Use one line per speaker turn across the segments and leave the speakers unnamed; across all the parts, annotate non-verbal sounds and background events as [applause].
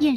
燕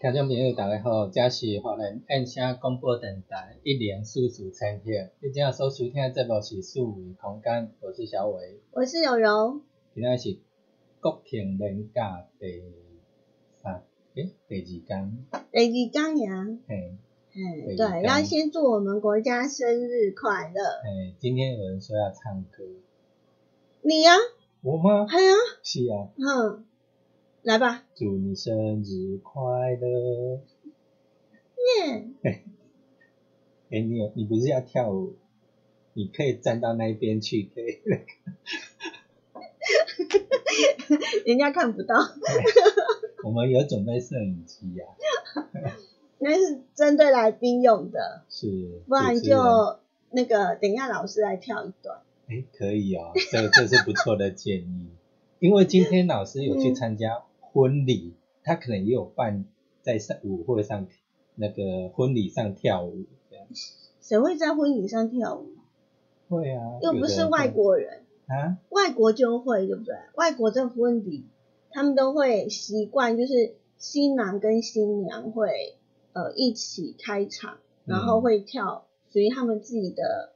听众朋友，大家好，这是华南燕声广播电台一零四四千赫。你今仔所收听的节目是四维空间，我是小伟。
我是柔柔，
今仔是国庆连假第三，诶，第二天，
雷吉张扬，
嘿，
嗯，
雷吉
对，要
刚
先祝我们国家生日快乐。
嘿，今天有人说要唱歌，
你啊呀、
我吗？
还有，
是啊，
嗯，来吧，
祝你生日快乐。
耶，
诶，你有，你不是要跳舞？你可以站到那一边去，可以。 [laughs]
人家看不到， [laughs]
我们有准备摄影机啊呀、
那是针对来宾用的，
是。啊
不然
主持人
就那个，等一下老师来跳一段。
哎，可以哦，这这是不错的建议。因为今天老师
嗯
有去参加婚礼，他可能也有办在上舞会上那个婚礼上跳舞，这样
谁会在婚礼上跳舞？
会啊，
又
有
不
的
是
人
外
会
国人，
啊，
外国就会，对不对？外国的婚礼，他们都会习惯，就是新郎跟新娘会呃一起开场，然后会跳属于他们自己的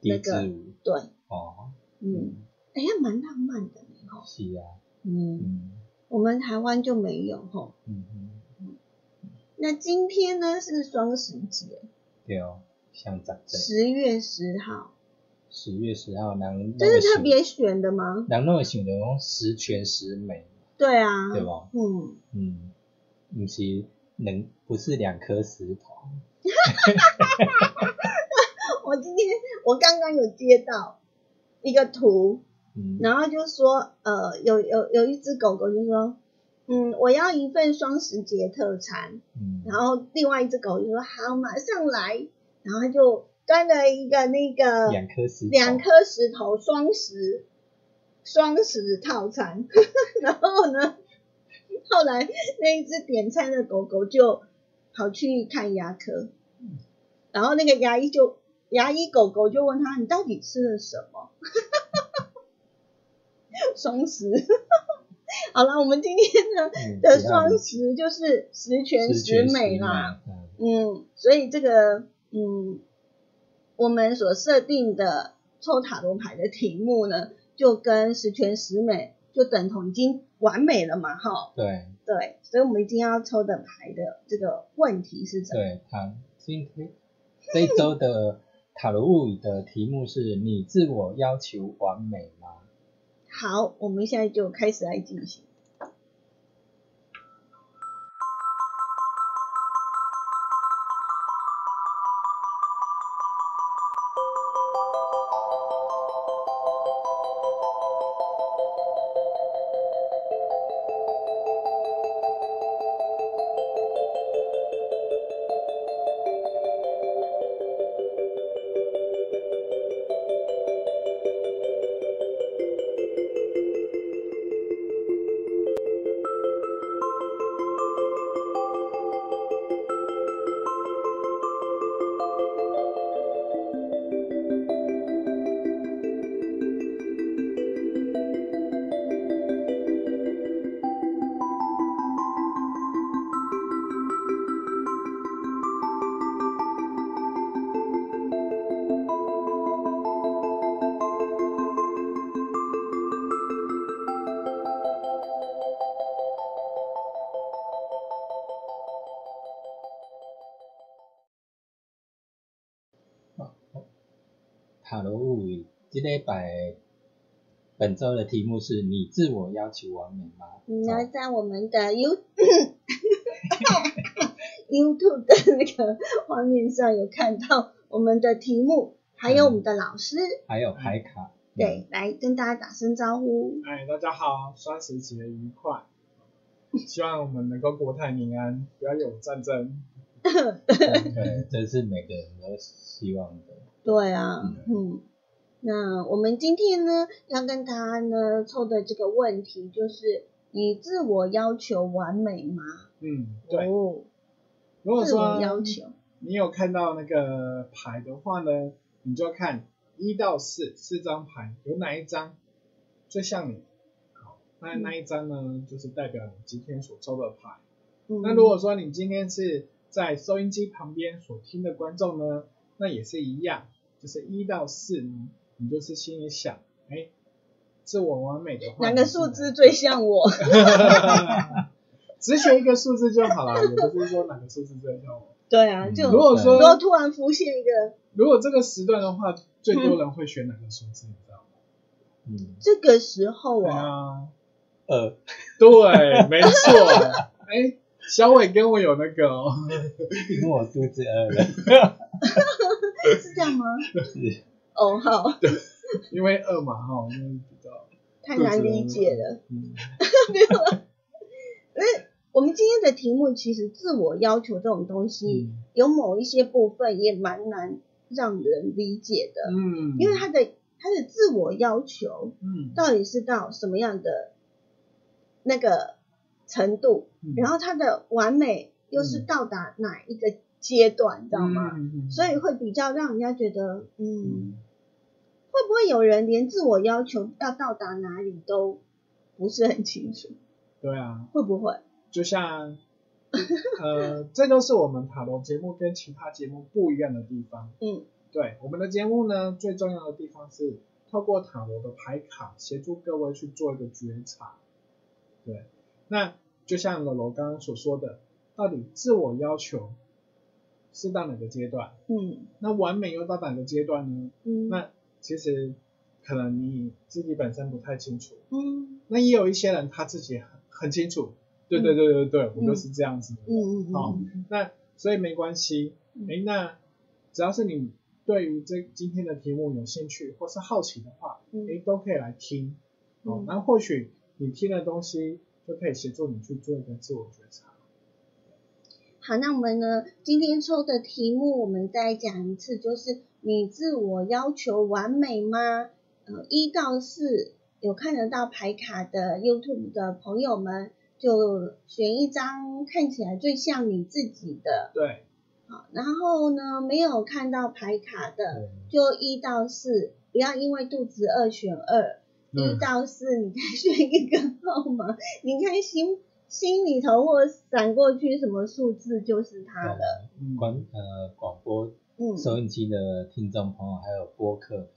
笛
那
子
个，
舞
对，
哦，
嗯，哎呀，蛮浪漫的呢吼，
是啊，
嗯，
嗯
我们台湾就没有吼。
嗯嗯，
那今天呢是双十节，
对哦，像长这
十月十号，
十月十号，人
这是特，别选的吗？
人拢会想着讲十全十美，
对啊，
对吧
嗯， [laughs]
嗯，不是能不是两颗石头，
我今天我刚刚有接到一个图，
嗯，
然后就说，呃，有有有一只狗狗就说，嗯，我要一份双十节特餐。
嗯
然后另外一只狗就说，好，马上来。然后它就端了一个那个
两颗石头，
嗯两颗石头双十双十套餐。 [laughs] 然后呢，后来那一只点餐的狗狗就跑去看牙科，然后那个牙医就牙医狗狗就问他，你到底吃了什么？ [laughs] 双十。好了，我们今天呢
嗯
的
不要理
双十就是十全十美啦。。
嗯
嗯，所以这个嗯，我们所设定的抽塔罗牌的题目呢，就跟十全十美就等同已经完美了嘛，哈，
对
对，所以我们今天要抽的牌的这个问题是什么？
对，好，今天这一周的塔罗物语的题目是你自我要求完美吗？
好，我们现在就开始来进行。
今天摆本周的题目是你自我要求完美吗？
嗯，那
哦
在我们的 You [coughs] YouTube 的那个画面上有看到我们的题目，还有我们的老师，
还有海卡，
对，来跟大家打声招呼。
嗨，大家好，双十节愉快！希望我们能够国泰民安，不要有战争。
嗯，对，这是每个人都希望的。
对啊，嗯，那我们今天呢要跟大家呢抽的这个问题就是你自我要求完美吗？
嗯，对。
哦，
如果
自我
说
要求，
你有看到那个牌的话呢，你就看一到四四张牌，有哪一张最像你？好，那
嗯
那一张呢，就是代表你今天所抽的牌。
嗯
那如果说你今天是在收音机旁边所听的观众呢，那也是一样，就是一到四呢，你就是心里想，哎，自我完美的
[laughs]
话，
哪个数字？最像
[laughs]
我？
只选一个数字就好了，也不是说哪个数字最像我。
对啊，
嗯
就
如果
如果
说
突然浮现一个
如果这个时段的话，最多人会选哪个数字，你知道吗？
嗯，
这个时候
对
哦，
啊，
呃，
对，没错。哎，小伟跟我有那个、哦，
因为我肚子饿了，
啊
是这样吗？
是
哦，好，
因为二嘛哈，因为比较
太难理解了。
嗯
我们今天的题目其实自我要求这种东西，
嗯
有某一些部分也蛮难让人理解的，
嗯，
因为他的他的自我要求
嗯
到底是到什么样的那个程度，
嗯
然后他的完美又是
嗯
到达哪一个阶段，你知道吗？
嗯嗯嗯
所以会比较让人家觉得，嗯
嗯
会不会有人连自我要求要到达哪里都不是很清楚？
对啊，
会不会？
就
[laughs]
像呃，这就是我们塔罗节目跟其他节目不一样的地方。
嗯
对，我们的节目呢，最重要的地方是透过塔罗的牌卡协助各位去做一个觉察。对，那就像楼楼刚刚所说的，到底自我要求是到哪个阶段？
嗯
那完美又到哪个阶段呢？
嗯，
那其实可能你自己本身不太清楚，
嗯
那也有一些人他自己很很清楚，对对对对对，我就是这样子的
嗯
人。
嗯
好
嗯
那所以没关系，
嗯
诶，那只要是你对于这今天的题目有兴趣或是好奇的话，
嗯
诶，都可以来听。哦
嗯，
那或许你听的东西就可以协助你去做一个自我觉察。
好，那我们呢？今天抽的题目，我们再讲一次，就是你自我要求完美吗？呃，一到四有看得到牌卡的 YouTube 的朋友们，就选一张看起来最像你自己的。
对，
好，然后呢，没有看到牌卡的，
嗯
就一到四，不要因为肚子饿选二。一
嗯
到四，你可以选一个号码，你看心心里头或闪过去什么数字就是它了。
嗯
广呃广播
嗯，
收音机的听众朋友，还有播客的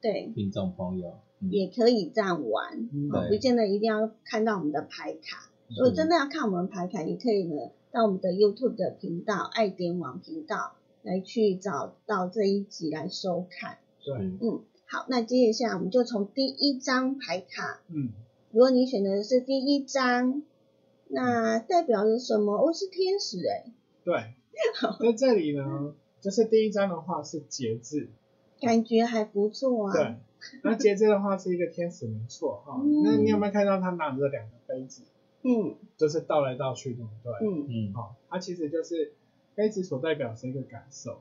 对，
听众朋友，嗯
也可以这样玩，
嗯
哦
对
不见得一定要看到我们的牌卡。如果真的要看我们牌卡，也可以呢到我们的 YouTube 的频道爱点网频道来去找到这一集来收看。
对，
嗯
嗯，好，那接下来我们就从第一张牌卡
嗯，
如果你选的是第一张，那代表着什么？哦，是天使哎， [laughs]
对，在这里呢，就是第一章的话是节制，
感觉还不错啊。
对，那节制的话是一个天使，没错哈。
嗯
那你有没有看到他拿着两个杯子，
嗯
就是倒来倒去，对不对？
嗯，
嗯，
好，它其实就是杯子所代表是一个感受，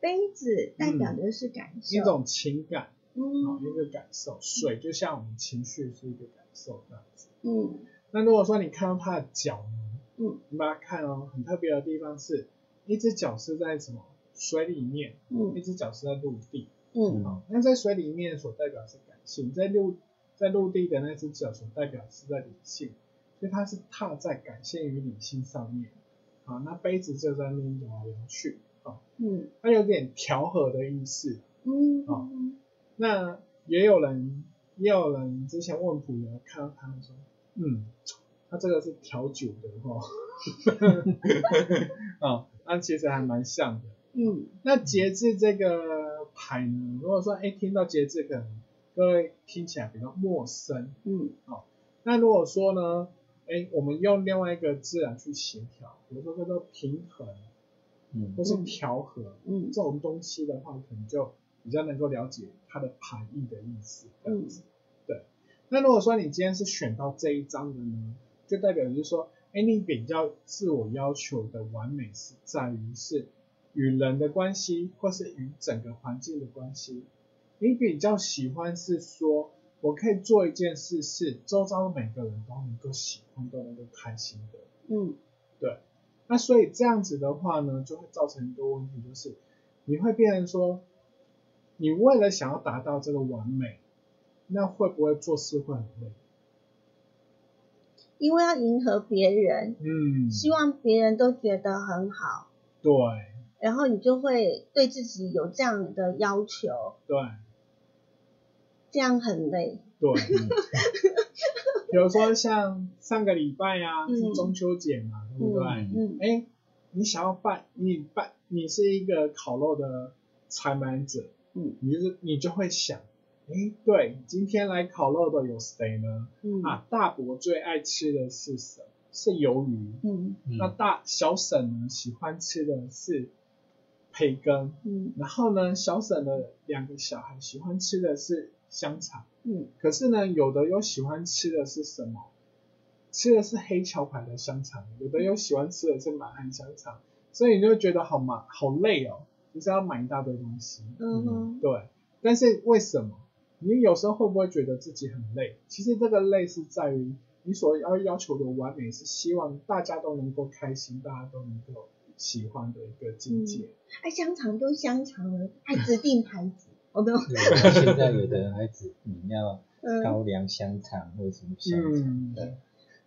杯子代表的是感受，
一种情感，好，一
嗯
个感受。水就像我们情绪是一个感受这样子。
嗯
那如果说你看到它的脚呢，
嗯
你把它看哦，很特别的地方是，一只脚是在什么水里面，一
嗯
只脚是在陆地。
嗯
好那在水里面所代表是感性，在陆在陆地的那只脚所代表是在理性，所以它是踏在感性与理性上面。好，那杯子就在那边摇来摇去，啊，
嗯
它有点调和的意思。
嗯
好
嗯
那也有人也有人之前问普友看到他说，嗯，他这个是调酒的 [laughs] 哈，哦，那、其实还蛮像的。
嗯
那节制这个个牌呢，如果说哎听到节制，可能各位听起来比较陌生。
嗯
那如果说呢，哎，我们用另外一个字来去协调，比如说叫做平衡
嗯
或是调和、
嗯
这种东西的话，可能就比较能够了解它的含义的意思。这样子，对。那如果说你今天是选到这一张的呢，就代表就是说，哎，你比较自我要求的完美是在于是与人的关系，或是与整个环境的关系。你比较喜欢是说，我可以做一件事，是周遭每个人都能够喜欢，都能够开心的。
嗯
那所以这样子的话呢，就会造成一个问题，就是你会变成说，你为了想要达到这个完美，那会不会做事会很累？
因为要迎合别人，
嗯，
希望别人都觉得很好，
对
然后你就会对自己有这样的要求，
对
这样很累。
对。比如说像上个礼拜啊，
嗯
是中秋节嘛，对不对？
嗯
嗯
哎、你想要办，你办，你是一个烤肉的采买者，
嗯，
你就是你就会想，哎，对，今天来烤肉的有谁呢？
嗯
啊，大伯最爱吃的是什么？是鱿鱼。
嗯
嗯
那大小沈呢，喜欢吃的是培根。
嗯
然后呢，小沈的两个小孩喜欢吃的是香肠。
嗯
可是呢，有的又喜欢吃的是什么？吃的是黑桥牌的香肠，有的又喜欢吃的是满汉香肠，所以你就会觉得好麻好累哦，就是要买一大堆东西。
嗯哼
对，但是为什么？你有时候会不会觉得自己很累？其实这个累是在于你所要要求的完美，是希望大家都能够开心，大家都能够喜欢的一个境
嗯
界。
爱香肠就香肠了，还指定牌子，我
[laughs]
都
对现在有的人还指你要
嗯
高粱香肠或者什么香肠，
嗯，
对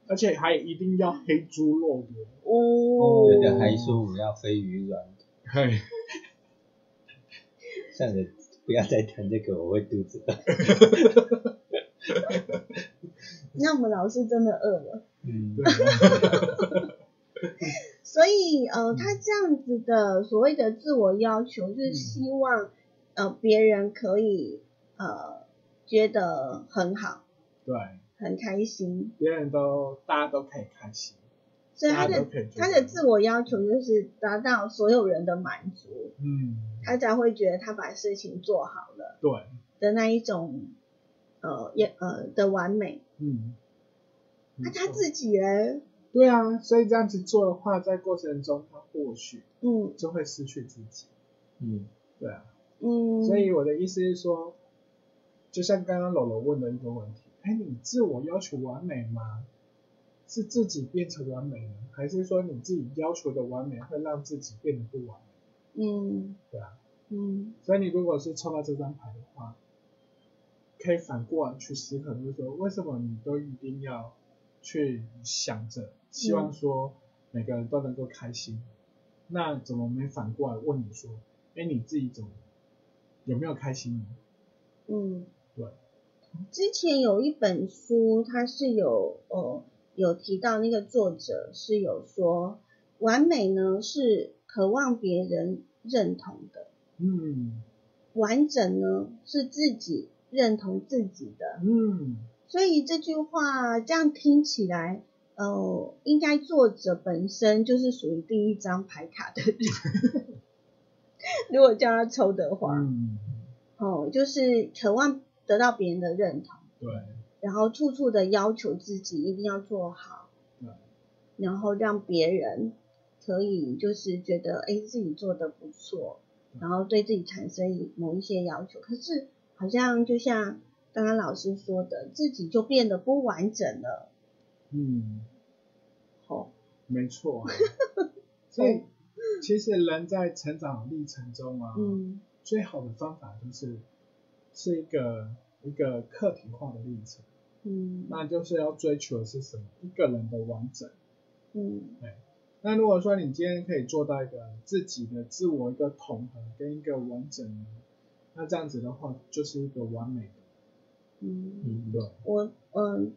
而且还一定要黑猪肉的。
哦
有的还说我要飞鱼软， [laughs] 算了，不要再谈这个，我会肚子饿。
那我们老师真的饿了，
嗯，
对，
所以呃，他这样子的呃所谓的自我要求，就是希望呃别人可以呃觉得很好，
对，
很开心，
别人都大家都可以开心，
所以他
大家
的
都可以觉得
他的自我要求就是达到所有人的满足，
嗯，
他才会觉得他把事情做好了
对，
的那一种呃也呃的完美。
嗯，
那、
没
他
错
自己嘞，
对啊，所以这样子做的话，在过程中他或许
嗯
就会失去自己，
嗯，
对啊，
嗯，
所以我的意思是说，就像刚刚柔柔问的一个问题，哎，你自我要求完美吗？是自己变成完美呢，还是说你自己要求的完美会让自己变得不完美？
嗯
对啊，
嗯
所以你如果是抽到这张牌的话，可以反过来去思考，就是说为什么你都一定要去想着，希望说每个人都能够开心，那怎么没反过来问你说，哎，你自己怎么有没有开心呢？
嗯，
对，
之前有一本书，它是有呃有提到那个作者是有说，完美呢是渴望别人认同的，
嗯
完整呢是自己认同自己的。
嗯，
所以这句话这样听起来，呃，应该作者本身就是属于第一张牌卡的人。 [laughs] 如果叫他抽的话，
嗯，
哦，就是渴望得到别人的认同，
对，
然后处处的要求自己一定要做好
对，
然后让别人可以就是觉得哎自己做的不错，然后对自己产生某一些要求，可是好像就像刚刚老师说的，自己就变得不完整了，
嗯，
哦，
没错、啊。 [laughs] 所以其实人在成长历程中啊，
嗯
最好的方法就是是一个一个客体化的历程，
嗯
那就是要追求的是什么？一个人的完整。
嗯
那如果说你今天可以做到一个自己的自我一个统合跟一个完整呢，那这样子的话就是一个完美的。
嗯，
嗯
对，
我嗯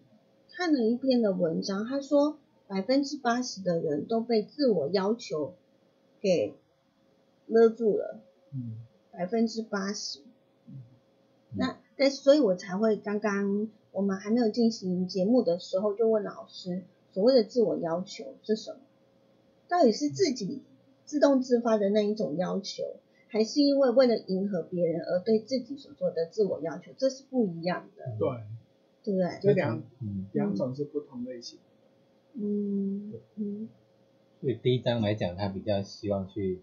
看了一篇的文章，他说百分之八十的人都被自我要求给勒住了，
嗯，
百分之八十。那但是所以我才会刚刚我们还没有进行节目的时候就问老师，所谓的自我要求是什么？到底是自己自动自发的那一种要求，还是因为为了迎合别人而对自己所做的自我要求？这是不一样的，
嗯
对，
对不对？
这两
嗯，
两种是不同类型。
嗯嗯
所以第一章来讲，他比较希望去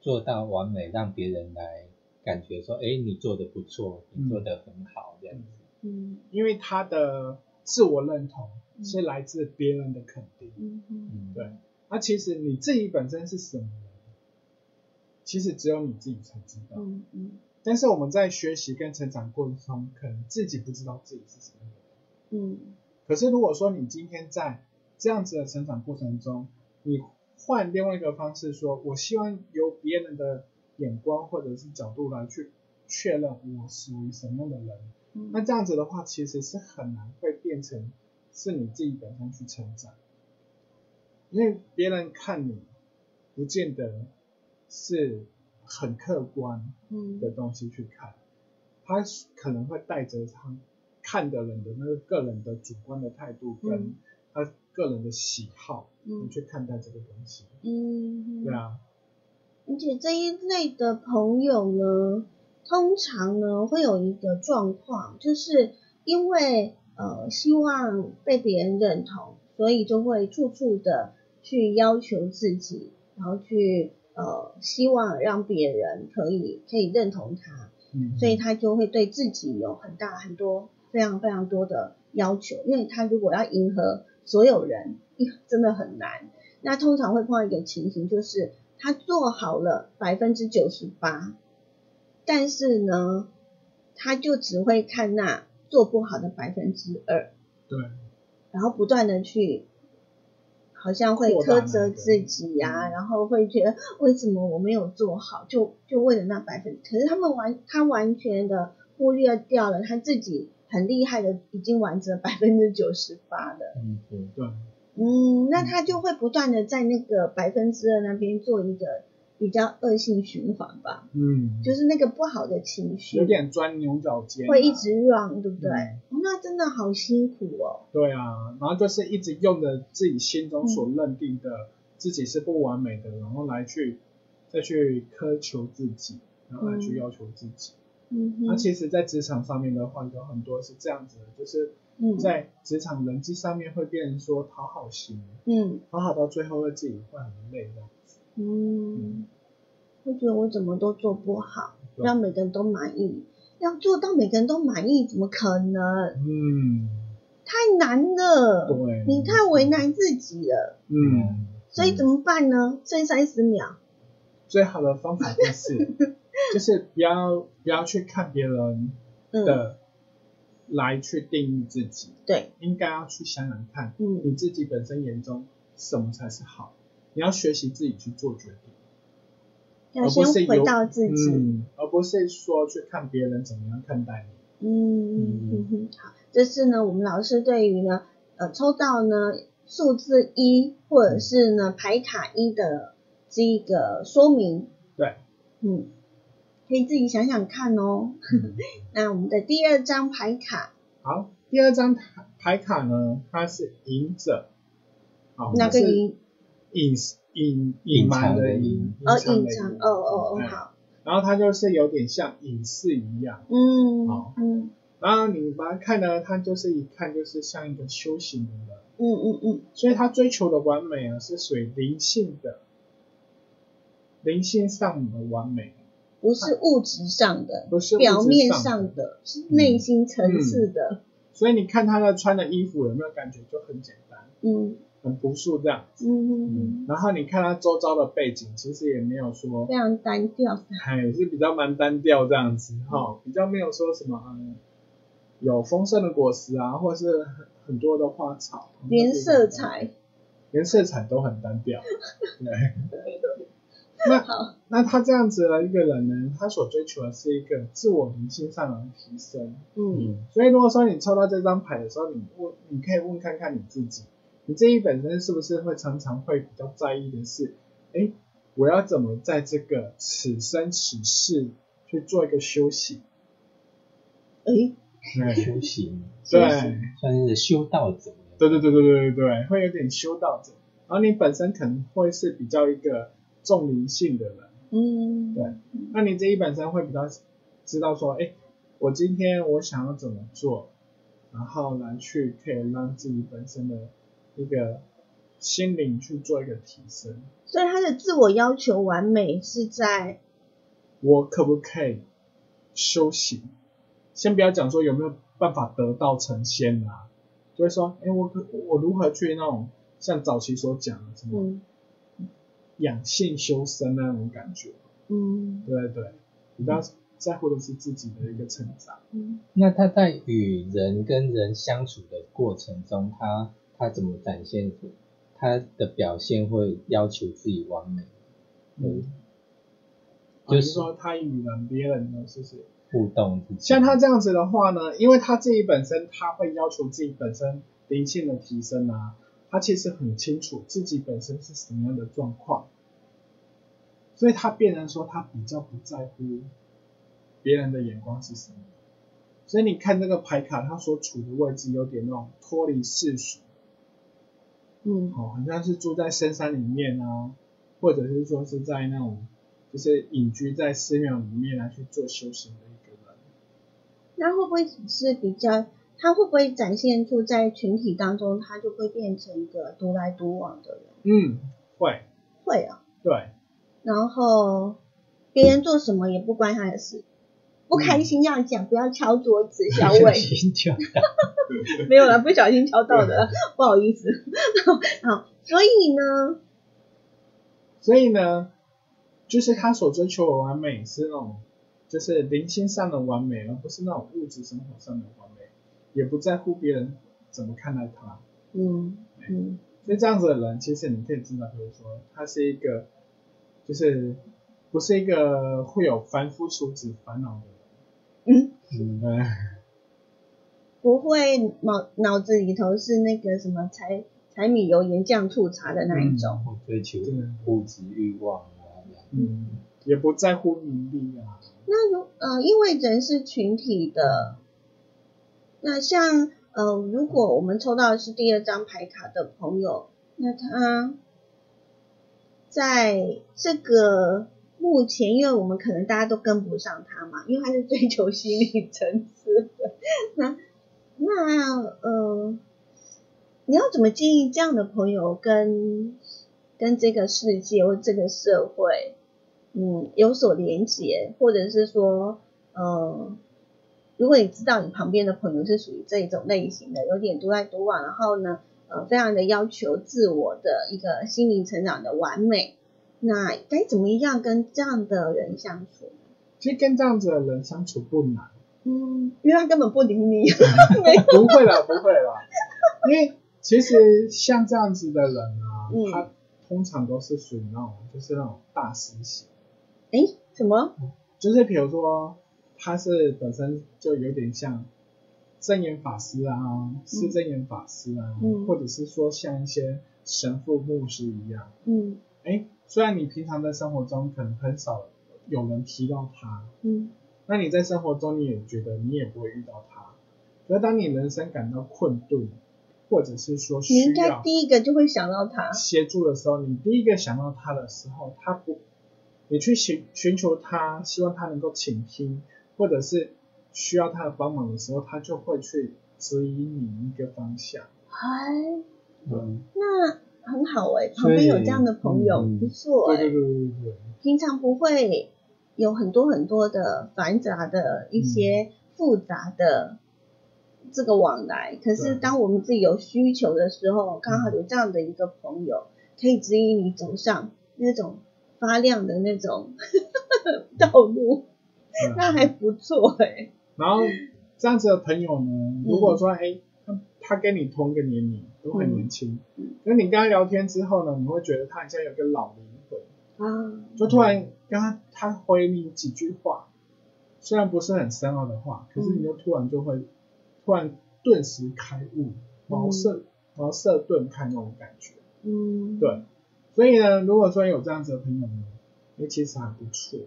做到完美，让别人来感觉说，哎，你做的不错，你做的很好，这样子。
嗯
因为他的自我认同
嗯
是来自别人的肯定。
嗯嗯
嗯，
对，那其实你自己本身是什么人，其实只有你自己才知道。
嗯嗯
但是我们在学习跟成长过程中，可能自己不知道自己是什么人。
嗯
可是如果说你今天在这样子的成长过程中，你换另外一个方式说，我希望由别人的眼光或者是角度来去确认我属于什么样的人，
嗯，
那这样子的话，其实是很难会变成是你自己本身去成长，因为别人看你，不见得是很客观
嗯
的东西去看，他可能会带着他看的人的那个个人的主观的态度跟
嗯
他个人的喜好
嗯
去看待这个东西，
嗯，
对啊，
而且这一类的朋友呢，通常呢会有一个状况，就是因为呃希望被别人认同，所以就会处处的去要求自己，然后去呃希望让别人可以可以认同他，
嗯，
所以他就会对自己有很大很多非常非常多的要求，因为他如果要迎合所有人，真的很难。那通常会碰到一个情形，就是他做好了百分之九十八，但是呢，他就只会看那做不好的百分之二，
对，
然后不断的去，好像会
扩大那
苛
个
责自己呀、
嗯
然后会觉得为什么我没有做好，就就为了那百分，可是他们完他完全的忽略掉了他自己很厉害的，已经完成百分之九十八的，
嗯对，
对，啊
嗯，那他就会不断的在那个百分之二那边做一个比较恶性循环吧，
嗯，
就是那个不好的情绪
有点钻牛角尖啊、
会一直 run，对不对？
嗯
哦那真的好辛苦哦。
对啊，然后就是一直用着自己心中
嗯
所认定的自己是不完美的，然后来去再去苛求自己，然后来去要求自己。
嗯
那、
哼，
其实，在职场上面的话，有很多是这样子的，就是
嗯
在职场人际上面会变成说讨好型，
嗯
讨好到最后会自己会很累这样子。
嗯，会觉得我怎么都做不好，
对
让每个人都满意，要做到每个人都满意，怎么可能？
嗯，
太难了，
对，
你太为难自己了。
嗯，
所以怎么办呢？剩三十秒。
最好的方法就是
[laughs]
就是不要不要去看别人
嗯，
的来去定义自己，
对，
应该要去想想看
嗯
你自己本身眼中什么才是好，你要学习自己去做决定，
要
而不是
先回
由
到自己。
嗯，而不是说去看别人怎么样看待你，
嗯
嗯
嗯哼，好，这次呢，我们老师对于呢，呃，抽到呢数字一或者是呢牌卡一的这一个说明，
对，
嗯，可以自己想想看哦。那我们的第二张牌卡，
[laughs] 好，第二张牌牌卡呢，它是隐者，好，
那个
哦是
赢
隐隐隐瞒的隐
隐，
哦，
藏
隐
的
藏，哦哦哦，
对
好，
然后它就是有点像隐士一样。
嗯
好
嗯
然后你把它看呢，它就是一看就是像一个修行的人，
嗯嗯嗯
所以他追求的完美啊，是属于灵性的，灵性上的完美，
不是物质上的，
不是物质
表面
上嗯
上。的，是内心层次的，
所以你看他的穿的衣服有没有感觉就很简单，
嗯
很朴素这样。
嗯嗯嗯，
然后你看他周遭的背景，其实也没有说
非，常单调，嗯
哎，是比较蛮单调这样子哈、比较没有说什么嗯，有丰盛的果实啊，或是很很多的花草，啊
连色彩。
连色彩都很
[laughs]
单调。对。那那他这样子的一个人呢，他所追求的是一个自我灵性上的提升。
嗯
嗯
所以如果说你抽到这张牌的时候，你问，你可以问看看你自己，你自己本身是不是会常常会比较在意的是，哎，我要怎么在这个此生此世去做一个休息。
诶，
对
修行，
对
就是算是修道者。
对对对对对对对，会有点修道者。然后你本身可能会是比较一个重灵性的人，
嗯，
对那你自己本身会比较知道说，哎，我今天我想要怎么做，然后来去可以让自己本身的一个心灵去做一个提升。
所以他的自我要求完美是在
我可不可以修行？先不要讲说有没有办法得道成仙啊，就会说，哎，我可我如何去那种像早期所讲的什么
嗯
养性修身那种感觉，
嗯
对对对，比较在乎的是自己的一个成长。
嗯
那他在与人跟人相处的过程中，他他怎么展现他的表现会要求自己完美？嗯，
就
就是
哦是说他与人别人的是不是？
互动之间
像他这样子的话呢，因为他自己本身他会要求自己本身灵性的提升啊，他其实很清楚自己本身是什么样的状况，所以他变成说他比较不在乎别人的眼光是什么。所以你看这个牌卡，他所处的位置有点那种脱离世俗，
嗯
哦，好像是住在深山里面啊，或者是说是在那种就是隐居在寺庙里面来去做修行的一个人。
那会不会只是比较，他会不会展现出在群体当中，他就会变成一个独来独往的人？
嗯，会，
会啊，
对，
然后别人做什么也不关他的事，不开心要讲，不要敲桌子、小
小
伟，
心就
没有了，不小心敲到的，不好意思。 [laughs] 好，所以呢，
[laughs] 所以呢，就是他所追求的完美是那种，就是灵性上的完美，而不是那种物质生活上的完美，也不在乎别人怎么看待他。
嗯嗯
所以这样子的人，其实你可以知道，比如说他是一个，就是不是一个会有凡夫俗子烦恼
嗯，
的人。嗯，
不会脑脑子里头是那个什么柴柴米油盐酱醋茶的那一种，
不追求
对，
物质欲望啊，这样
嗯，也不在乎名利啊。
那如呃，因为人是群体的，那像呃，如果我们抽到的是第二张牌卡的朋友，那他在这个目前，因为我们可能大家都跟不上他嘛，因为他是追求心理层次的，那那呃，你要怎么建议这样的朋友跟跟这个世界或这个社会？嗯有所连接，或者是说，呃，如果你知道你旁边的朋友是属于这一种类型的，有点独来独往，然后呢，呃，非常的要求自我的一个心灵成长的完美，那该怎么样跟这样的人相处？
其实跟这样子的人相处不难。
嗯，因为他根本不理你， [laughs]
不会啦，不会啦，因为其实像这样子的人啊，
嗯
他通常都是属于那种就是那种大师型，
诶，什么？
就是比如说他是本身就有点像正言法师啊，是正言法师啊，
嗯
或者是说像一些神父牧师一样，
嗯
哎，虽然你平常在生活中可能很少有人提到他，
嗯
那你在生活中你也觉得你也不会遇到他，可是当你人生感到困顿，或者是说
你
需
应该
要
第一个就会想到他，
协助的时候，你第一个想到他的时候，他不，你去寻寻求他，希望他能够倾听，或者是需要他的帮忙的时候，他就会去指引你一个方向。
哎，
嗯，
那很好诶，旁
所以
边有这样的朋友，
嗯嗯
不错
对
诶。
对对对对，
平常不会有很多很多的繁杂的一
嗯
些复杂的这个往来，可是
对
当我们自己有需求的时候，刚好有这样的一个朋友，
嗯
可以指引你走上那种发亮的那种
嗯
[laughs] 道路，
对
那还不错哎、
然后这样子的朋友呢，如果说哎、他他跟你同一个年龄，都很年轻
嗯，
那、你跟他聊天之后呢，你会觉得他好像有个老灵魂，
啊，
就突然跟他他回你几句话，虽然不是很深奥的话，可是你就突然就会突然顿时开悟，茅塞茅塞顿开那种感觉。
嗯，
对，所以呢，如果说有这样子的朋友呢，哎，其实还不错。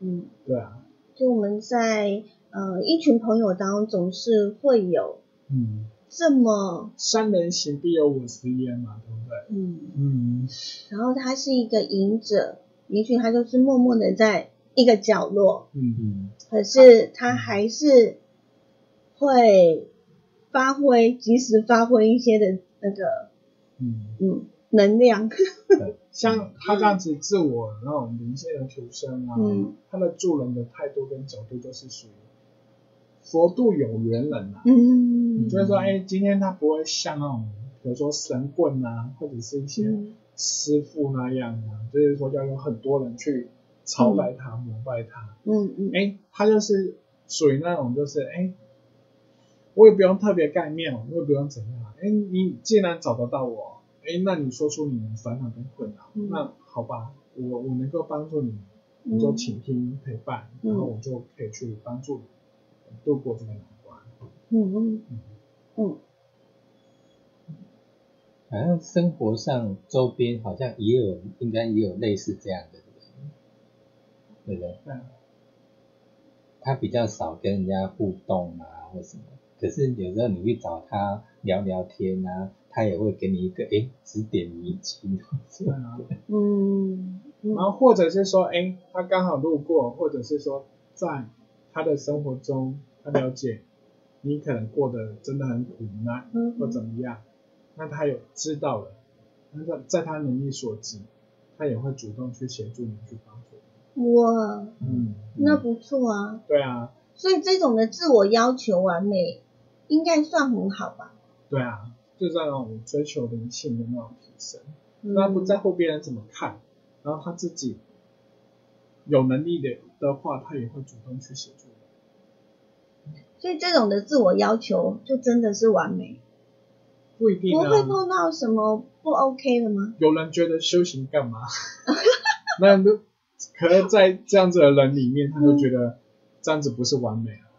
嗯，
对啊，
就我们在呃一群朋友当中，总是会有
嗯，
这么
三人行必有我师焉嘛，对不对？
嗯，
嗯，
然后他是一个隐者，也许他就是默默的在一个角落，
嗯，
嗯，
可是他还是会发挥，及时发挥一些的那个
嗯，
嗯能量，
像他这样子自我那种灵性的提升啊，
嗯
他的助人的态度跟角度都是属于佛度有缘人啊，
嗯
就是说，哎，今天他不会像那种，比如说神棍啊，或者是一些
嗯
师傅那样啊，就是说要有很多人去朝拜他、膜拜他。
嗯嗯，
哎，他就是属于那种，就是哎，我也不用特别概念，我也不用怎样，哎，你既然找得到我，哎，那你说出你的烦恼跟困扰，
嗯
那好吧，我我能够帮助你，我就倾听陪伴，
嗯
然后我就可以去帮助你度过这个难关。
嗯嗯
嗯
嗯
好像生活上周边好像也有，应该也有类似这样的人，对不对？
对啊
他比较少跟人家互动啊，或什么。可是有时候你去找他聊聊天啊，他也会给你一个诶指点迷津。
对啊。
嗯嗯，
然后或者是说，哎，他刚好路过，或者是说在他的生活中，他了解你可能过得真的很苦难
嗯
或怎么样，那他有知道了，那个在他能力所及，他也会主动去协助你去帮助你。
哇，
嗯，
那不错啊，
对啊，
所以这种的自我要求完美，应该算很好吧？
对啊，就是那种追求灵性的那种提升，他
嗯
不在乎别人怎么看，然后他自己有能力的的话，他也会主动去协助你。
所以这种的自我要求就真的是完美，
不一定
不
啊。
会碰到什么不 OK 的吗？
有人觉得修行干嘛？ [laughs] 那如可是，在这样子的人里面，他就觉得这样子不是完美啊，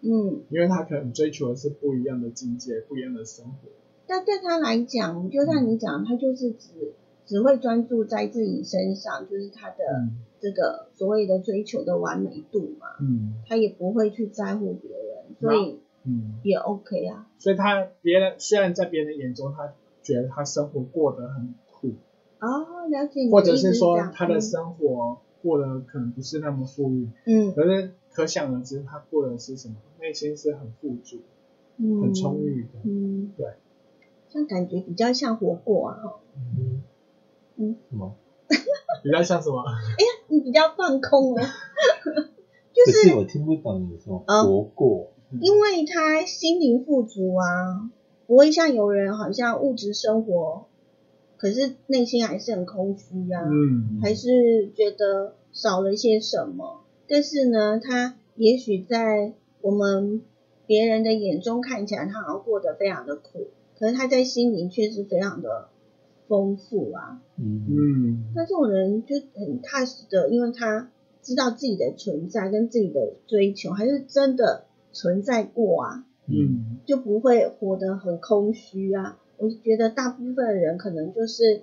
嗯，
因为他可能追求的是不一样的境界，不一样的生活。
但对他来讲，就像你讲，他就是只只会专注在自己身上，就是他的
嗯
这个所谓的追求的完美度嘛，
嗯
他也不会去在乎别人，所以
嗯，
也 OK 啊。
所以他别人虽然在别人眼中，他觉得他生活过得很苦，
哦，了解你的意思，
或者是说
这样
他的生活过得可能不是那么富裕，
嗯
可是可想而知，他过的是什么？内心是很富足、
嗯
很充裕的。
嗯，
对，
这样感觉比较像活过啊，哦
嗯，
嗯
什么？
比较像什么？
你比较放空啊，
可
就是
是我听不懂你说
嗯
活过，
因为他心灵富足啊，不会像有人好像物质生活，可是内心还是很空虚啊，
嗯
还是觉得少了些什么。但是呢，他也许在我们别人的眼中看起来，他好像过得非常的苦，可是他在心灵却是非常的丰富啊。
嗯
嗯。
那这种人就很踏实的，因为他知道自己的存在跟自己的追求，还是真的存在过啊，
嗯
就不会活得很空虚啊。我觉得大部分人可能就是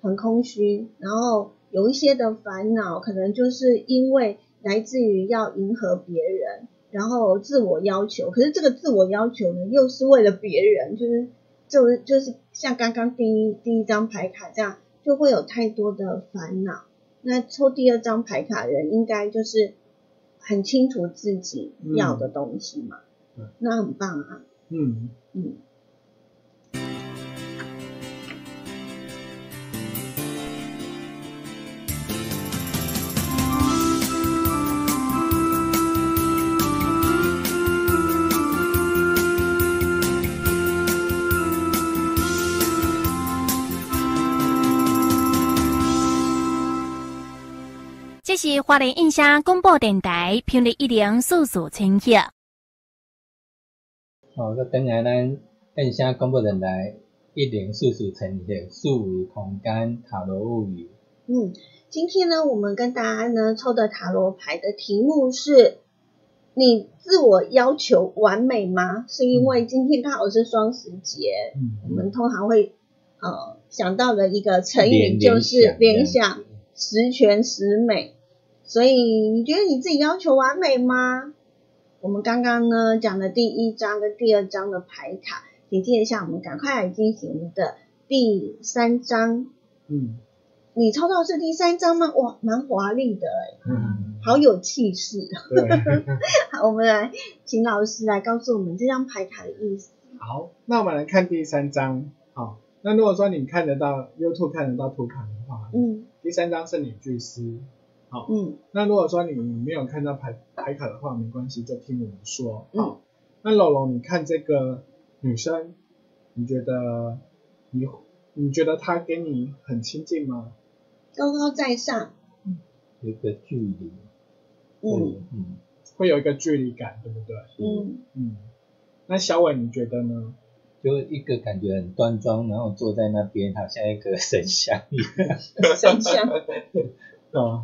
很空虚，然后有一些的烦恼，可能就是因为来自于要迎合别人，然后自我要求。可是这个自我要求呢，又是为了别人，就是就就是像刚刚第一第一张牌卡这样，就会有太多的烦恼。那抽第二张牌卡的人，应该就是很清楚自己要的东西嘛，
嗯
那很棒啊，
嗯，
嗯。
这是花莲印象广播电台频率一零四四千赫。
哦，我等下咱变声广播电台一零四四呈现四维空间塔罗物语。
嗯，今天呢，我们跟大家呢抽的塔罗牌的题目是：你自我要求完美吗？是因为今天刚好是双十节，
嗯
我们通常会呃想到的一个成语
联
就是
联
联
想
想十全十美，所以你觉得你自己要求完美吗？我们刚刚呢讲的第一章跟第二章的牌卡，请听一下，我们赶快来进行我们的第三章。
嗯
你抽到是第三章吗？哇，蛮华丽的哎，
嗯，
好有气势。 [laughs]
对。
好我们来请老师来告诉我们这张牌卡的意思。
好，那我们来看第三章。好，那如果说你看得到 YouTube 看得到图卡的话，
嗯
第三章是女巨师。好，
嗯
那如果说你没有看到牌牌卡的话，没关系，就听我们说。
嗯
好，那龙龙，你看这个女生，你觉得你你觉得她跟你很亲近吗？
高高在上。
有一个距离，
嗯
嗯，
会有一个距离感，对不对？
嗯
嗯，那小伟你觉得呢？
就一个感觉很端庄，然后坐在那边好像一个神像一样，
[laughs]
嗯
神
像，
哦，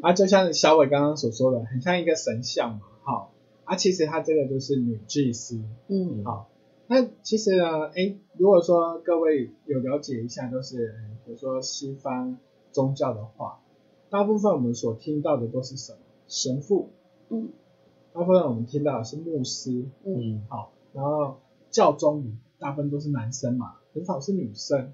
啊，就像小伟刚刚所说的，很像一个神像嘛，好、啊，其实他这个就是女祭司，
嗯
好、那其实呢，哎，如果说各位有了解一下，就是呃比如说西方宗教的话，大部分我们所听到的都是什么神父，
嗯
大部分我们听到的是牧师，
嗯，
好，然后教宗大部分都是男生嘛，很少是女生，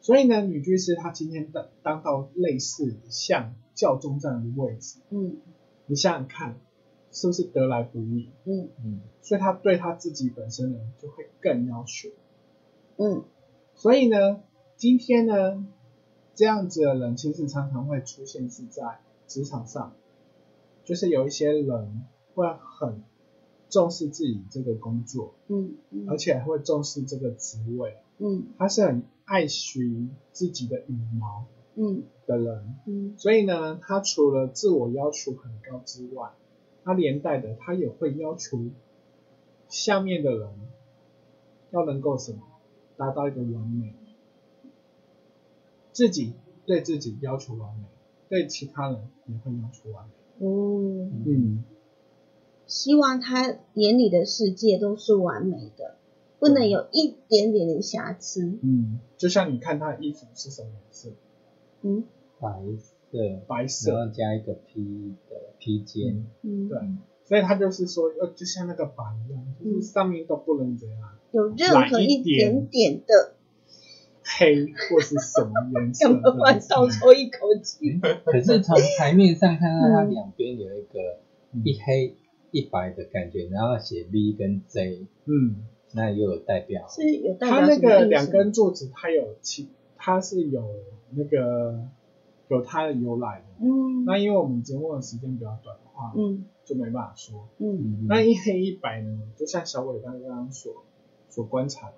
所以呢，女居士她今天当当到类似像教宗这样的位置，
嗯
你想想看，是不是得来不易？
嗯
嗯，
所以她对她自己本身呢就会更要求。
嗯
所以呢，今天呢，这样子的人其实常常会出现是在职场上，就是有一些人会很重视自己这个工作，
嗯嗯
而且还会重视这个职位，
嗯
他是很爱惜自己的羽毛
嗯
的人，
嗯
所以呢，他除了自我要求很高之外，他连带的他也会要求下面的人要能够什么，达到一个完美，自己对自己要求完美，对其他人也会要求完美，
嗯，
嗯，
希望他眼里的世界都是完美的，不能有一点点的瑕疵。
嗯，就像你看他的衣服是什么颜色，
嗯
白色，
白
然
色，
后加一个披的披肩，
嗯，
对。所以他就是说，呃，就像那个板一样，就是
嗯
上面都不能怎样
有任何一点点的，
黑或是什么颜色
[laughs] 干嘛
的
乱倒
[laughs]
抽一口气？
嗯
可是从台面上看到它
嗯
两边有一个
嗯
一黑一白的感觉，然后写 V 跟 J，
嗯，
那又有代表，
是有代
它
表
那
什
个
么意
两
思？
根柱子，它有其，它是有那个有它的由来的。
嗯
那因为我们节目的时间比较短的话，
嗯
就没办法说。
嗯
嗯
那一黑一白呢，就像小伟刚刚所所观察的，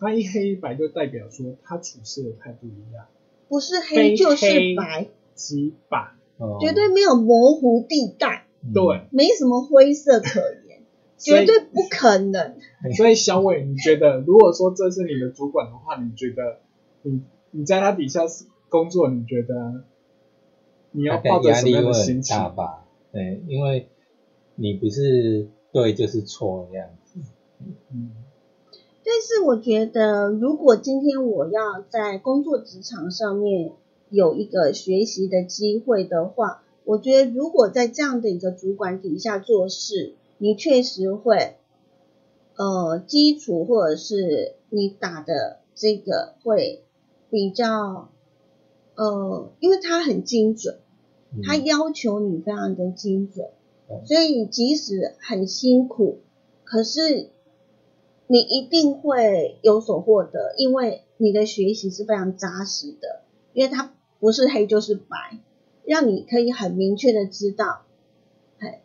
那一黑一白就代表说他处事的态度一样，
不是
非
黑就是
黑
白，
极白，
哦
绝对没有模糊地带，
嗯
对，
没什么灰色可言，
所
绝
以
对不可能。
所以小伟，你觉得如果说这是你的主管的话，你觉得你你在他底下工作，你觉得你要
大概
抱着
压
什么
力
样
会
的心
很
情？
大吧？对，因为你不是对就是错这样子，
嗯
但是我觉得，如果今天我要在工作职场上面有一个学习的机会的话，我觉得如果在这样的一个主管底下做事，你确实会，呃，基础或者是你打的这个会比较，呃，因为它很精准，
嗯
它要求你非常的精准，
嗯
所以即使很辛苦，可是你一定会有所获得，因为你的学习是非常扎实的，因为它不是黑就是白，让你可以很明确的知道，哎，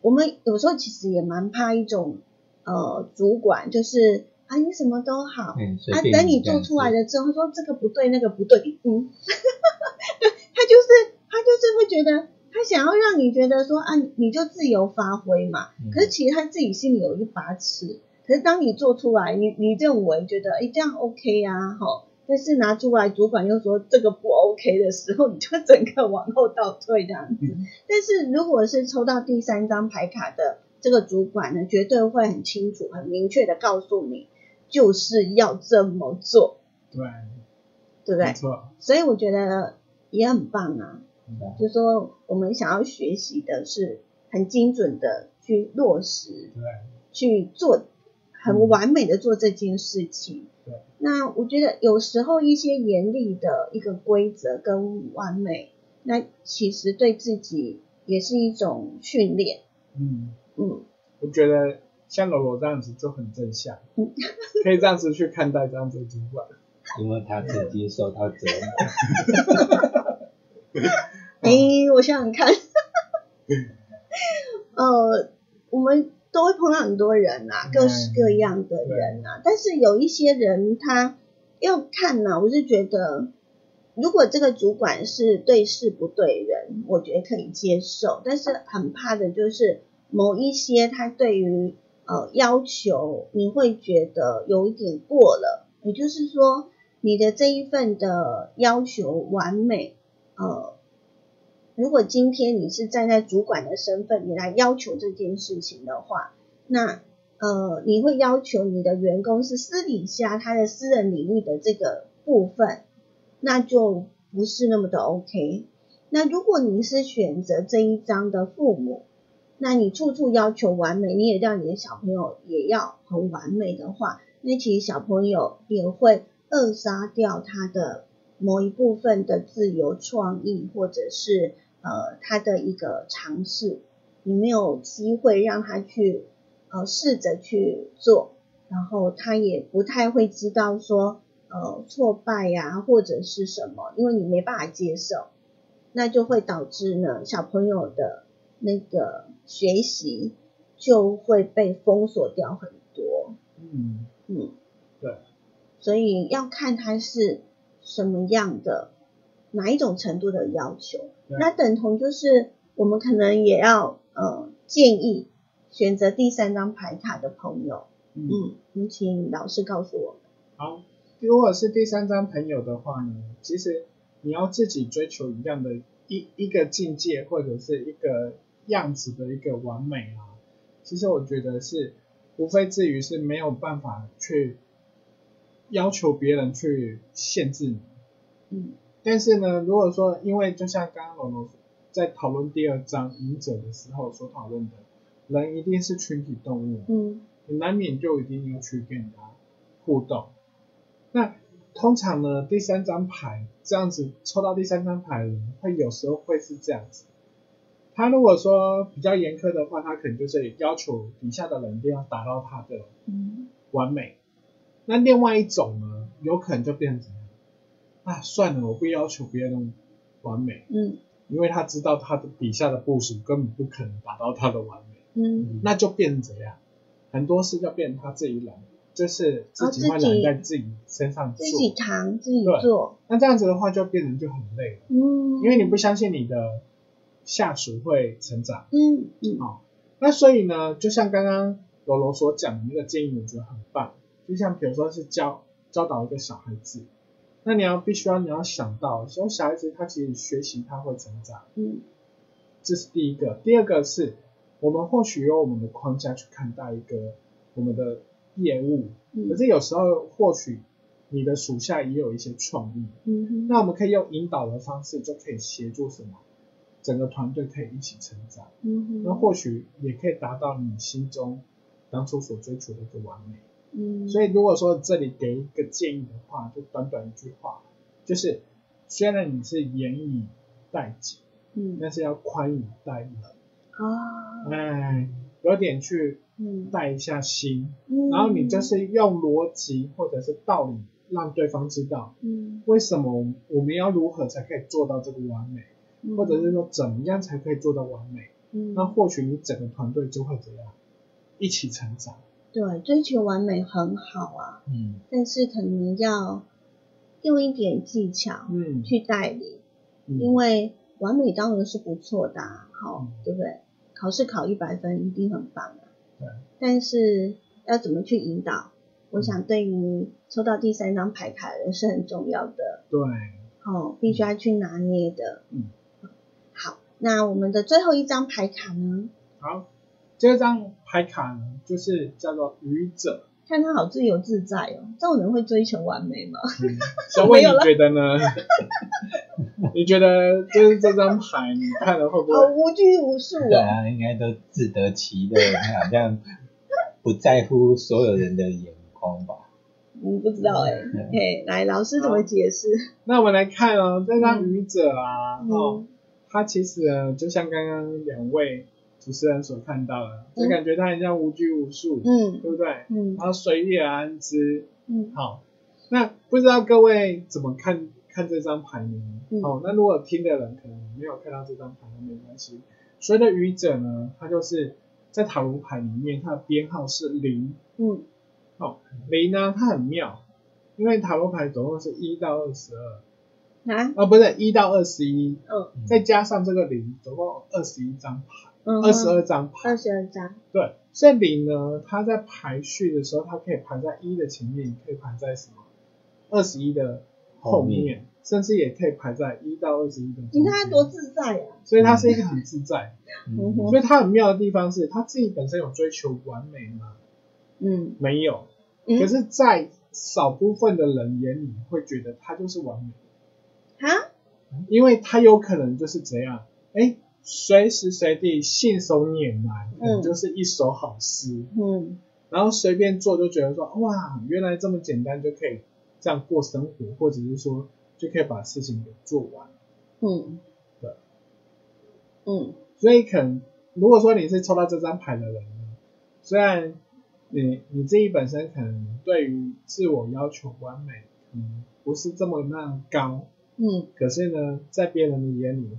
我们有时候其实也蛮怕一种呃主管，就是啊你什么都好，
嗯，随
啊，
便
等你
这
做
样
出来
子
了之后，他说这个不对，那个不对，嗯， [laughs] 对他就是他就是会觉得他想要让你觉得说啊，你你就自由发挥嘛。
嗯
可是其实他自己心里有一把尺，可是当你做出来，你你认为觉得哎这样 OK 啊，哈，但是拿出来主管又说这个不 OK 的时候，你就整个往后倒退这样
嗯
子。但是如果是抽到第三张牌卡的这个主管呢，绝对会很清楚、很明确的告诉你。就是要这么做，
对，
对不
没
对？
错，嗯
所以我觉得也很棒啊。
对啊
就说我们想要学习的是很精准的去落实，
对，嗯
去做很完美的做这件事情
对。
那我觉得有时候一些严厉的一个规则跟完美，那其实对自己也是一种训练。
嗯，
嗯，
我觉得像柔柔这样子就很正向
嗯，
可以这样子去看待这样子的主管。
因为他曾经受到责难。
嗯
哎、我想想
[laughs]
看，呃，我们都会碰到很多人呐、
嗯
各式各样的人呐、但是有一些人他要看呐、我是觉得，如果这个主管是对事不对人，我觉得可以接受，但是很怕的就是某一些他对于呃要求，你会觉得有一点过了，也就是说你的这一份的要求完美，呃。如果今天你是站在主管的身份，你来要求这件事情的话，那呃，你会要求你的员工是私底下他的私人领域的这个部分，那就不是那么的 OK。那如果你是选择这一章的父母，那你处处要求完美，你也让你的小朋友也要很完美的话，那其实小朋友也会扼杀掉他的某一部分的自由创意，或者是呃他的一个尝试，你没有机会让他去呃试着去做，然后他也不太会知道说呃挫败呀、或者是什么，因为你没办法接受，那就会导致呢小朋友的那个学习就会被封锁掉很多，
嗯，
嗯，
对，
所以要看他是什么样的，哪一种程度的要求。
对
那等同就是我们可能也要呃建议选择第三张牌卡的朋友，
嗯
嗯，你请老师告诉我们。
好，如果是第三张朋友的话呢，其实你要自己追求一样的一一个境界或者是一个样子的一个完美啊，其实我觉得是无非至于是没有办法去要求别人去限制你。
嗯
但是呢，如果说因为就像刚刚龙龙在讨论第二章赢者的时候所讨论的，人一定是群体动物，
嗯
你难免就一定要去跟人家互动。那通常呢，第三张牌这样子抽到第三张牌的人，会有时候会是这样子。他如果说比较严苛的话，他可能就是要求底下的人一定要达到他的
嗯
完美。那另外一种呢，有可能就变成怎样啊，算了，我不要求别人完美，
嗯
因为他知道他的底下的部署根本不可能达到他的完美。
嗯，
那就变怎样？很多事就变他自己揽，就是自己会
哦自己
揽在自己身上
自
做。
己扛自己
对
做，
那这样子的话，就变成就很累了，
嗯，
因为你不相信你的下属会成长。
嗯嗯
那所以呢，就像刚刚柔柔所讲的那个建议，我觉得很棒。就像比如说是教教导一个小孩子，那你要必须要你要想到，说小孩子他其实学习他会成长，
嗯
这是第一个。第二个是我们或许有我们的框架去看待一个我们的业务，可
嗯
是有时候或许你的属下也有一些创意，
嗯
那我们可以用引导的方式就可以协助什么，整个团队可以一起成长，
嗯，
那或许也可以达到你心中当初所追求的一个完美。
嗯，
所以如果说这里给一个建议的话，就短短一句话，就是虽然你是严以待己，
嗯
但是要宽以待人，
啊，
哎，有点去
嗯，
带一下心，
嗯
然后你就，是用逻辑或者是道理让对方知道
嗯，
为什么我们要如何才可以做到这个完美，
嗯
或者是说怎么样才可以做到完美，
嗯
那或许你整个团队就会怎样一起成长。
对，追求完美很好啊，
嗯
但是可能要用一点技巧
嗯，
去带领，
嗯
因为完美当然是不错的、啊，好、
嗯
对不对？考试考一百分一定很棒啊
对，
但是要怎么去引导？我想对于抽到第三张牌卡的人是很重要的，
对，
哦，必须要去拿捏的。
嗯，
好，那我们的最后一张牌卡呢？
好，这张牌卡呢就是叫做愚者，
看他好自由自在哦。这种人会追求完美吗？
嗯小伟，
没
你
有了
觉得呢？ [laughs] 你觉得就是这张牌，你看了会不
好
会？
哦无拘无束
对
哦。
啊，应该都自得其乐，好像不在乎所有人的眼光吧？
嗯，不知道哎、嘿，来，老师怎么解释？
那我们来看哦，这张愚者啊，哦，
嗯
他其实呢就像刚刚两位主持人所看到的，就
嗯
感觉他很像无拘无束，
嗯
对不对？
嗯
然后随遇而安之。
嗯
好，那不知道各位怎么看看这张牌呢？
嗯
好，那如果听的人可能没有看到这张牌，那没关系。所谓的愚者呢，他就是在塔罗牌里面，它的编号是零。哦
嗯
零呢，它很妙，因为塔罗牌总共是一到二十二，
啊
啊，不是一到二十一，
嗯
嗯
再加上这个零，总共二十一张牌，
嗯，
二十二张牌
二。十二张，
对，所以零呢，它在排序的时候，它可以排在一的前面，也可以排在什么二十一的
后
后
面
甚至也可以排在一到二十一的中间。
你看他多自在啊！
所以它是一个很自在，
嗯哼
所以它很妙的地方是，它自己本身有追求完美吗？
嗯
没有，
嗯
可是，在少部分的人眼里会觉得它就是完美，
啊，
因为它有可能就是这样，哎，随时随地信手拈来，可能就是一首好诗。
嗯
然后随便做就觉得说，哇，原来这么简单就可以这样过生活，或者是说就可以把事情给做完。
嗯，
对，
嗯
所以可能如果说你是抽到这张牌的人呢，虽然你你自己本身可能对于自我要求完美，嗯，不是这么那高，
嗯
可是呢，在别人的眼里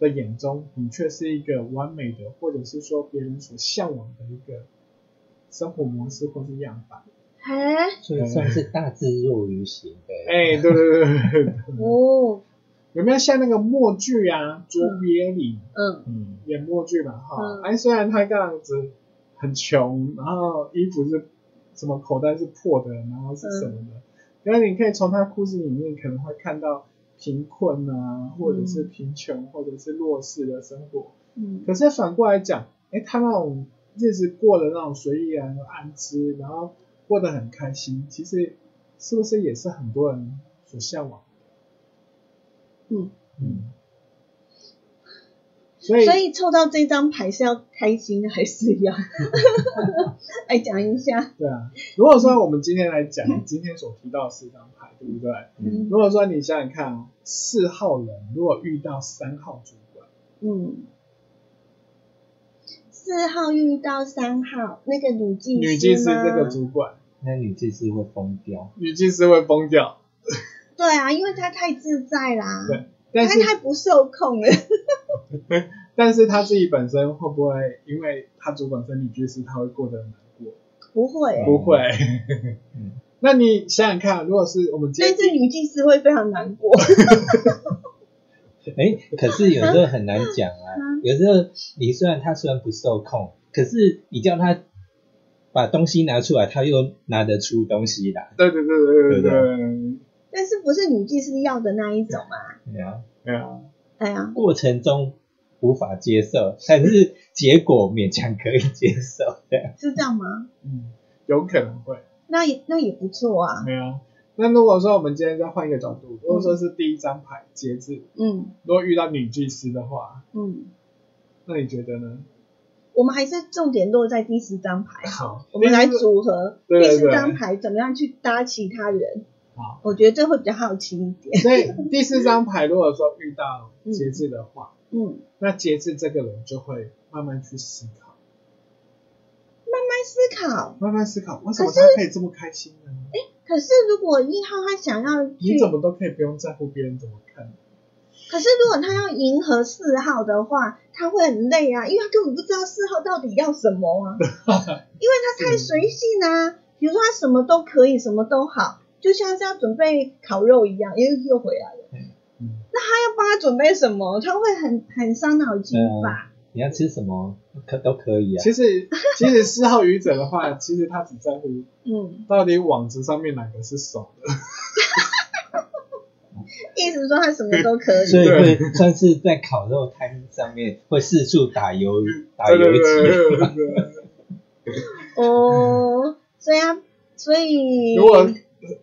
的眼中，你却是一个完美的，或者是说别人所向往的一个生活模式或是样板。
哎
所以算是大智若愚型的。
哎，对对对对对。
哦，
有没有像那个默剧啊，卓别林
嗯
嗯，
演默剧嘛？哈、
嗯
哎，虽然他这样子很穷，然后衣服是什么口袋是破的，然后是什么的，但是你可以从他故事里面可能会看到贫困啊，或者是贫穷，或者是弱势的生活。
嗯
可是反过来讲，哎，他那种日子过得那种随意啊、安之，然后过得很开心，其实是不是也是很多人所向往？
嗯，
嗯，
所以
所以抽到这张牌是要开心还是
[laughs]
要？ [laughs] 来讲一下，
对啊，如果说我们今天来讲今天所提到的四张牌，对不对？
嗯
如果说你想想看哦，四号人如果遇到三号主管，
嗯，四号遇到三号那个女技师
女技师
吗
这个主管，
那你这次会疯掉。
女技师会疯掉，
对啊，因为她太自在啦，
对但
她
是
太不受控了。 [laughs]
但是她自己本身会不会，因为她主管是女技师，她会过得很难过？
不会、
嗯
不会。
嗯
那你想想看，如果是我们今
所以
天
这女技师会非常难过。 [laughs]
哎，可是有时候很难讲啊。有时候你虽然他虽然不受控，可是你叫他把东西拿出来，他又拿得出东西来。
对对对对
对
对对
的
对对
但是不是女技师要的那一种啊？
对啊，
对啊，
哎呀，
过程中无法接受，但是结果勉强可以接受的。
是这样吗？
嗯，有可能会。
那也那也不错啊。
没有。那如果说我们今天再换一个角度，如果说是第一张牌节制，
嗯
如果遇到女祭司的话，
嗯，
那你觉得呢？
我们还是重点落在第十张牌，
好，
我们
第一
来
个
组合
对
第
对
十
对
张牌怎么样去搭其他人。
好。
我觉得这会比较好奇一点。
所以第四张牌，如果说遇到节制的话，
嗯，
那节制这个人就会慢慢去思考，
在思考。
慢慢思考为什么
可是哎
他可以这么开心呢？
可是如果一号他想要去
你，怎么都可以不用在乎别人怎么
[laughs]
看，
可是如果他要迎合四号的话，他会很累啊，因为他根本不知道四号到底要什么
[laughs]
啊，因为他太随性啊。比如说他什么都可以，什么都好，就像是要准备烤肉一样，又又回来了。
嗯，
他要帮他准备什么，他会很很伤脑筋吧？
你要吃什么可都可以啊。
其实其实四号愚者的话，其实他只在乎
嗯，
到底网子上面哪个是熟的，
意思说他什么都可
所
以。
以会算是在烤肉摊上面会四处打游打
对对
游
对
击，
对对对。
哦，所以所以
如果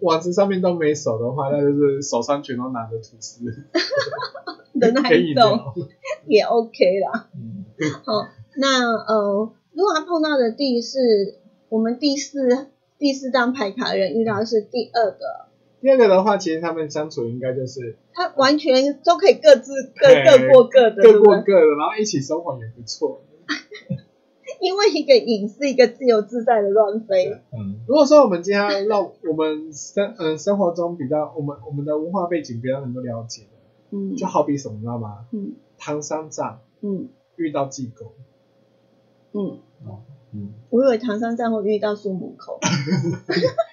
网子上面都没手的话，那就是手上全都拿着吐司
的那
跟饮
一种
料。
也 OK 啦。
嗯
那呃，如果他碰到的地是我们第四第四张牌卡的人遇到的是第二个，
第二个的话，其实他们相处应该就是
他完全都可以各自各
嘿
各过各的，对
各
不
过
对？
各的，然后一起生活也不错。
因为一个影是一个自由自在的乱飞
对，
嗯
如果说我们今天要让我们生嗯、生活中比较我们我们的文化背景比较能够了解的，
嗯
就好比什么你知道吗？
嗯
唐三藏
嗯
遇到济公，
嗯，
嗯，
我以为唐三藏会遇到苏母
[laughs]
口，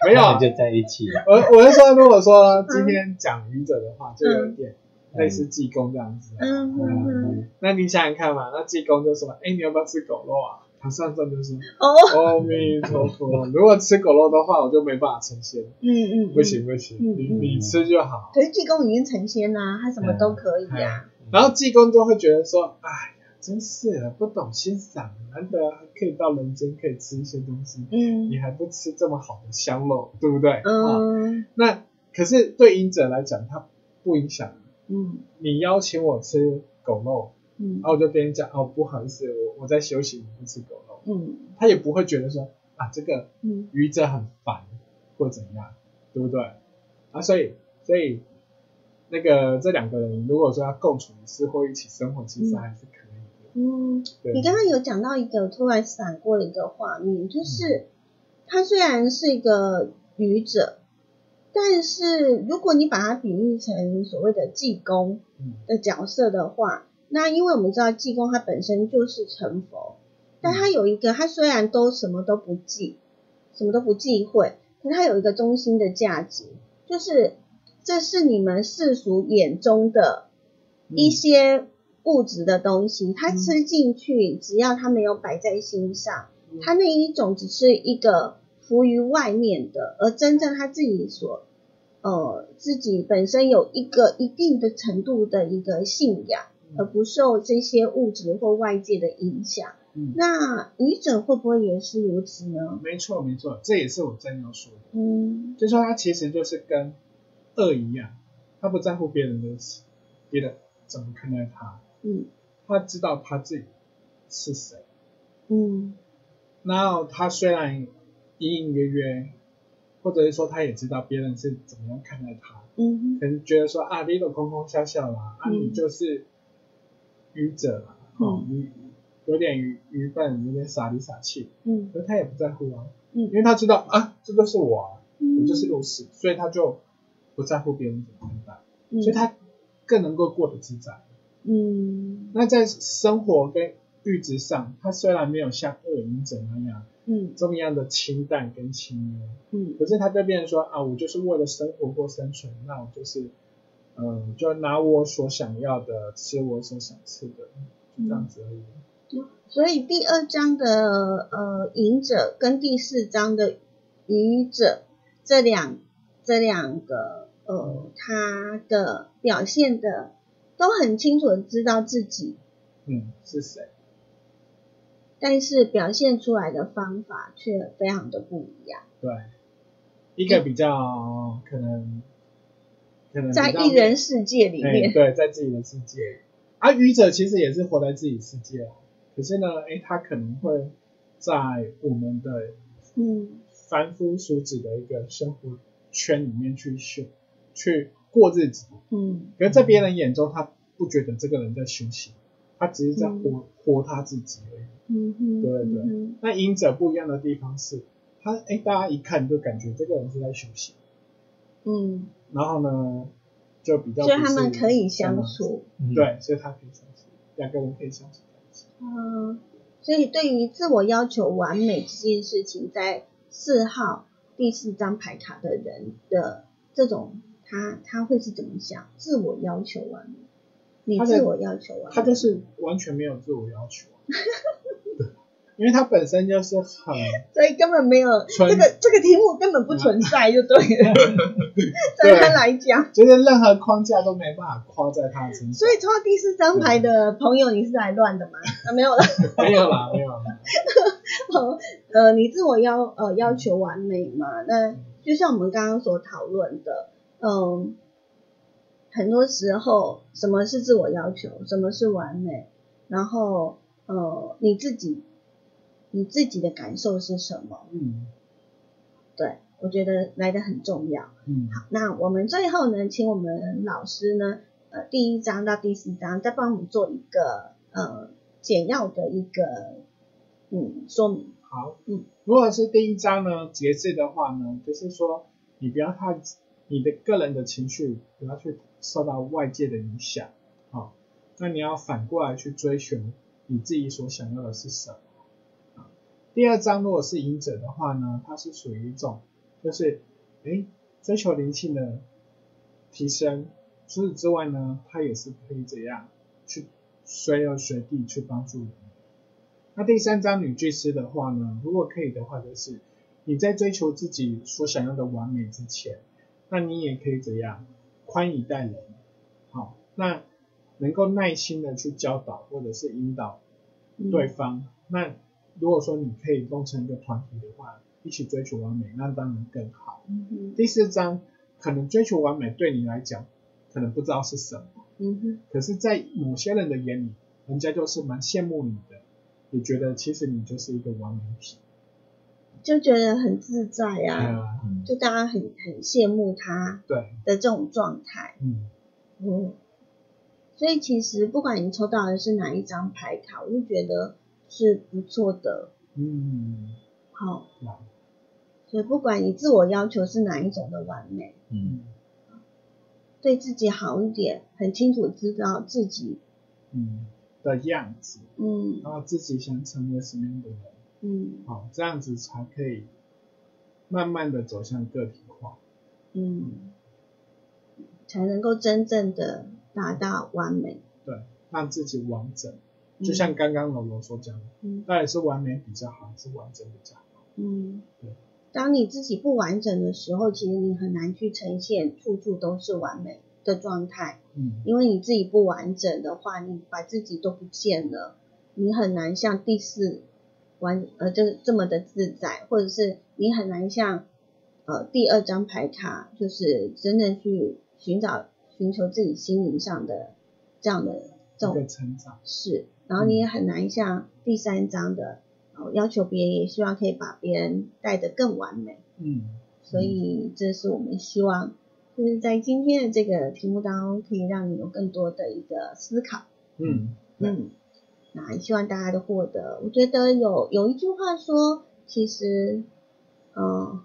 没有
他
啊
们，就在一起了，
我我是说，如果说今天讲愚者的话，就有点类似济公这样子啊。
嗯
对啊
嗯嗯，
那你想想看嘛，那济公就说：“哎，你要不要吃狗肉啊？”唐三藏就说：“
哦，
阿弥陀佛，如果吃狗肉的话，我就没办法成仙，
嗯嗯，嗯
不。行不行，
嗯
你你吃就好。
可是济公已经成仙啦、他什么都可以啊呀、
然后济公就会觉得说：“哎呀，真是的，不懂欣赏，难得可以到人间可以吃一些东西，
嗯
你还不吃这么好的香肉，对不对？”啊，
嗯
那可是对隐者来讲，他不影响。
嗯
你邀请我吃狗肉，
嗯
然后我就跟你讲：“哦，不好意思，我我在休息，我不吃狗肉。”
嗯
他也不会觉得说啊这个
嗯
愚者很烦或怎样，对不对？啊，所以所以那个这两个人如果说要共处一室或一起生活，其实还是可以的。
嗯，
对，
你刚刚有讲到一个突然闪过的一个画面，就是他虽然是一个愚者，但是如果你把它比喻成所谓的济公
嗯
的角色的话，那因为我们知道济公他本身就是成佛，但他有一个他虽然都什么都不忌，什么都不忌讳，可他有一个中心的价值，就是这是你们世俗眼中的一些物质的东西，他吃进去，只要他没有摆在心上，他那一种只是一个浮于外面的，而真正他自己所呃自己本身有一个一定的程度的一个信仰，
嗯
而不受这些物质或外界的影响。
嗯
那愚者会不会也是如此呢？
没错没错，这也是我正要说的，
嗯
就说他其实就是跟恶一样，他不在乎别人的别人怎么看待他，
嗯
他知道他自己是谁。
嗯
然后他虽然隐隐约约，或者是说他也知道别人是怎么样看待他，
嗯
可能觉得说啊，你都空空笑笑啦，啊，
嗯
你就是愚者啦，哦，你有点愚愚笨，有点傻里傻气，
嗯
可是他也不在乎啊，
嗯
因为他知道啊，这就是我啊，
嗯，
我就是如此，所以他就不在乎别人怎么看待，
嗯，
所以他更能够过得自在。
嗯
那在生活跟欲质上，他虽然没有像恶影者那样。
嗯
这么样的清淡跟清幽。
嗯
可是他这边说啊，我就是为了生活或生存，那我就是，嗯，就拿我所想要的，吃我所想吃的，就这样子而已。
所以第二章的呃隐者跟第四章的愚者这两这两个呃他的表现的都很清楚的知道自己，
嗯，是谁？
但是表现出来的方法却非常的不一样，
对，一个比较可能，可能比较
在一人世界里
哎
面，[laughs]
嗯对，在自己的世界里。啊，愚者其实也是活在自己世界啊，可是呢，哎，他可能会在我们的
嗯
凡夫俗子的一个生活圈里面去修，去过日子。
嗯
可是在别人眼中，他不觉得这个人在修行，他只是在活、活他自己而已。
嗯哼，
对对
嗯
那隐者不一样的地方是，他哎，大家一看就感觉这个人是在修行，
哼，
然后呢，就比较
嗯，
不
所以
是
他们可以相
这样
处，
嗯
子，对，所以他可以相处，两个人可以相处在一起。
嗯，所以对于自我要求完美这件事情，在四号第四张牌卡的人的这种，他他会是怎么想？自我要求完美，你
他的
自我要求完美，啊
[laughs] 他就是完全没有自我要求，啊因为它本身就是很
所以根本没有
纯
这个这个题目根本不存
[laughs]
在就对了，对他来讲。
就是任何框架都没办法框在它的身上
所。以抽到第四张牌的朋友，你是来乱的吗？啊，没有啦，
没有啦，没有啦。
[laughs] 呃，你自我要呃要求完美嘛？那就像我们刚刚所讨论的，嗯，很多时候什么是自我要求，什么是完美，然后呃你自己你自己的感受是什么？
嗯
对我觉得来的很重要。
嗯，
那我们最后呢，请我们老师呢，呃，第一章到第四章再帮我们做一个呃简要的一个嗯说明。
好，
嗯
嗯，如果是第一章呢，节制的话呢，就是说你不要太你的个人的情绪不要去受到外界的影响，好、那你要反过来去追求你自己所想要的是什么。啊第二章如果是隐者的话呢，它是属于一种就是诶追求灵性的提升，除此之外呢，它也是可以怎样去随时随地去帮助人的。那第三张女祭司的话呢，如果可以的话，就是你在追求自己所想要的完美之前，那你也可以怎样宽以待人，好，那能够耐心的去教导或者是引导对方。那如果说你可以弄成一个团体的话，一起追求完美，那当然更好。
嗯哼，
第四章可能追求完美对你来讲，可能不知道是什么。
嗯哼，
可是，在某些人的眼里，人家就是蛮羡慕你的，也觉得其实你就是一个完美体。
就觉得很自在啊，
啊，
嗯
就大家很很羡慕他
对，
的这种状态。
嗯
嗯，所以其实不管你抽到的是哪一张牌卡，我就觉得是不错的。
嗯，
好、
对啊，
所以不管你自我要求是哪一种的完美。
嗯，
对自己好一点，很清楚知道自己，
嗯的样子，
嗯
然后自己想成为什么样的人，
嗯
好，这样子才可以慢慢的走向个体化。
嗯，才能够真正的达到完美。
对，让自己完整。
嗯
就像刚刚柔柔所讲的，
嗯
到底是完美比较好，还是完整比较好？
嗯，当你自己不完整的时候，其实你很难去呈现处处都是完美的状态，
嗯
因为你自己不完整的话，你把自己都不见了，你很难像第四完呃这这么的自在，或者是你很难像呃第二张牌卡，就是真正去寻找寻求自己心灵上的这样的这
一
种
个成长，
是，然后你也很难像第三章的，呃，要求别人，也希望可以把别人带得更完美。
嗯
所以这是我们希望，就是在今天的这个题目当中，可以让你有更多的一个思考。
嗯，对
嗯，那也希望大家都获得。我觉得有有一句话说，其实，呃，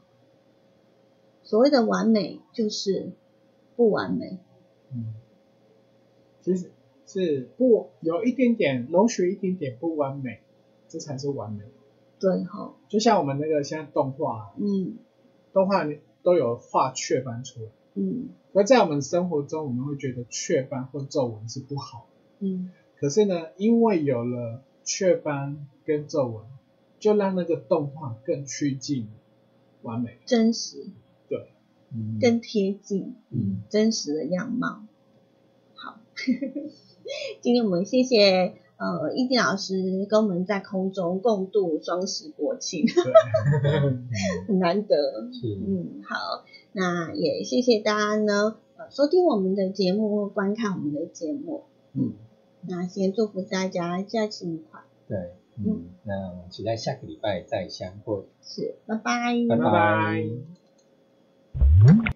所谓的完美就是不完美。
嗯，其实是不有一点点容许一点点不完美，这才是完美。
对吼，
就像我们那个现在动画，啊
嗯
动画都有画雀斑出来，
嗯
而在我们生活中，我们会觉得雀斑或皱纹是不好的。
嗯
可是呢，因为有了雀斑跟皱纹，就让那个动画更趋近完美。
真实
嗯
更贴近。
嗯
真实的样貌。好， [laughs] 今天我们谢谢呃易静老师跟我们在空中共度双十
[laughs]
国庆，很难得。
是，
嗯，好，那也谢谢大家呢、呃、收听我们的节目或观看我们的节目。
嗯，
那先祝福大家假期愉快，
对，
嗯
嗯，那我们期待下个礼拜再相会，
嗯
是，拜拜。
拜
拜拜。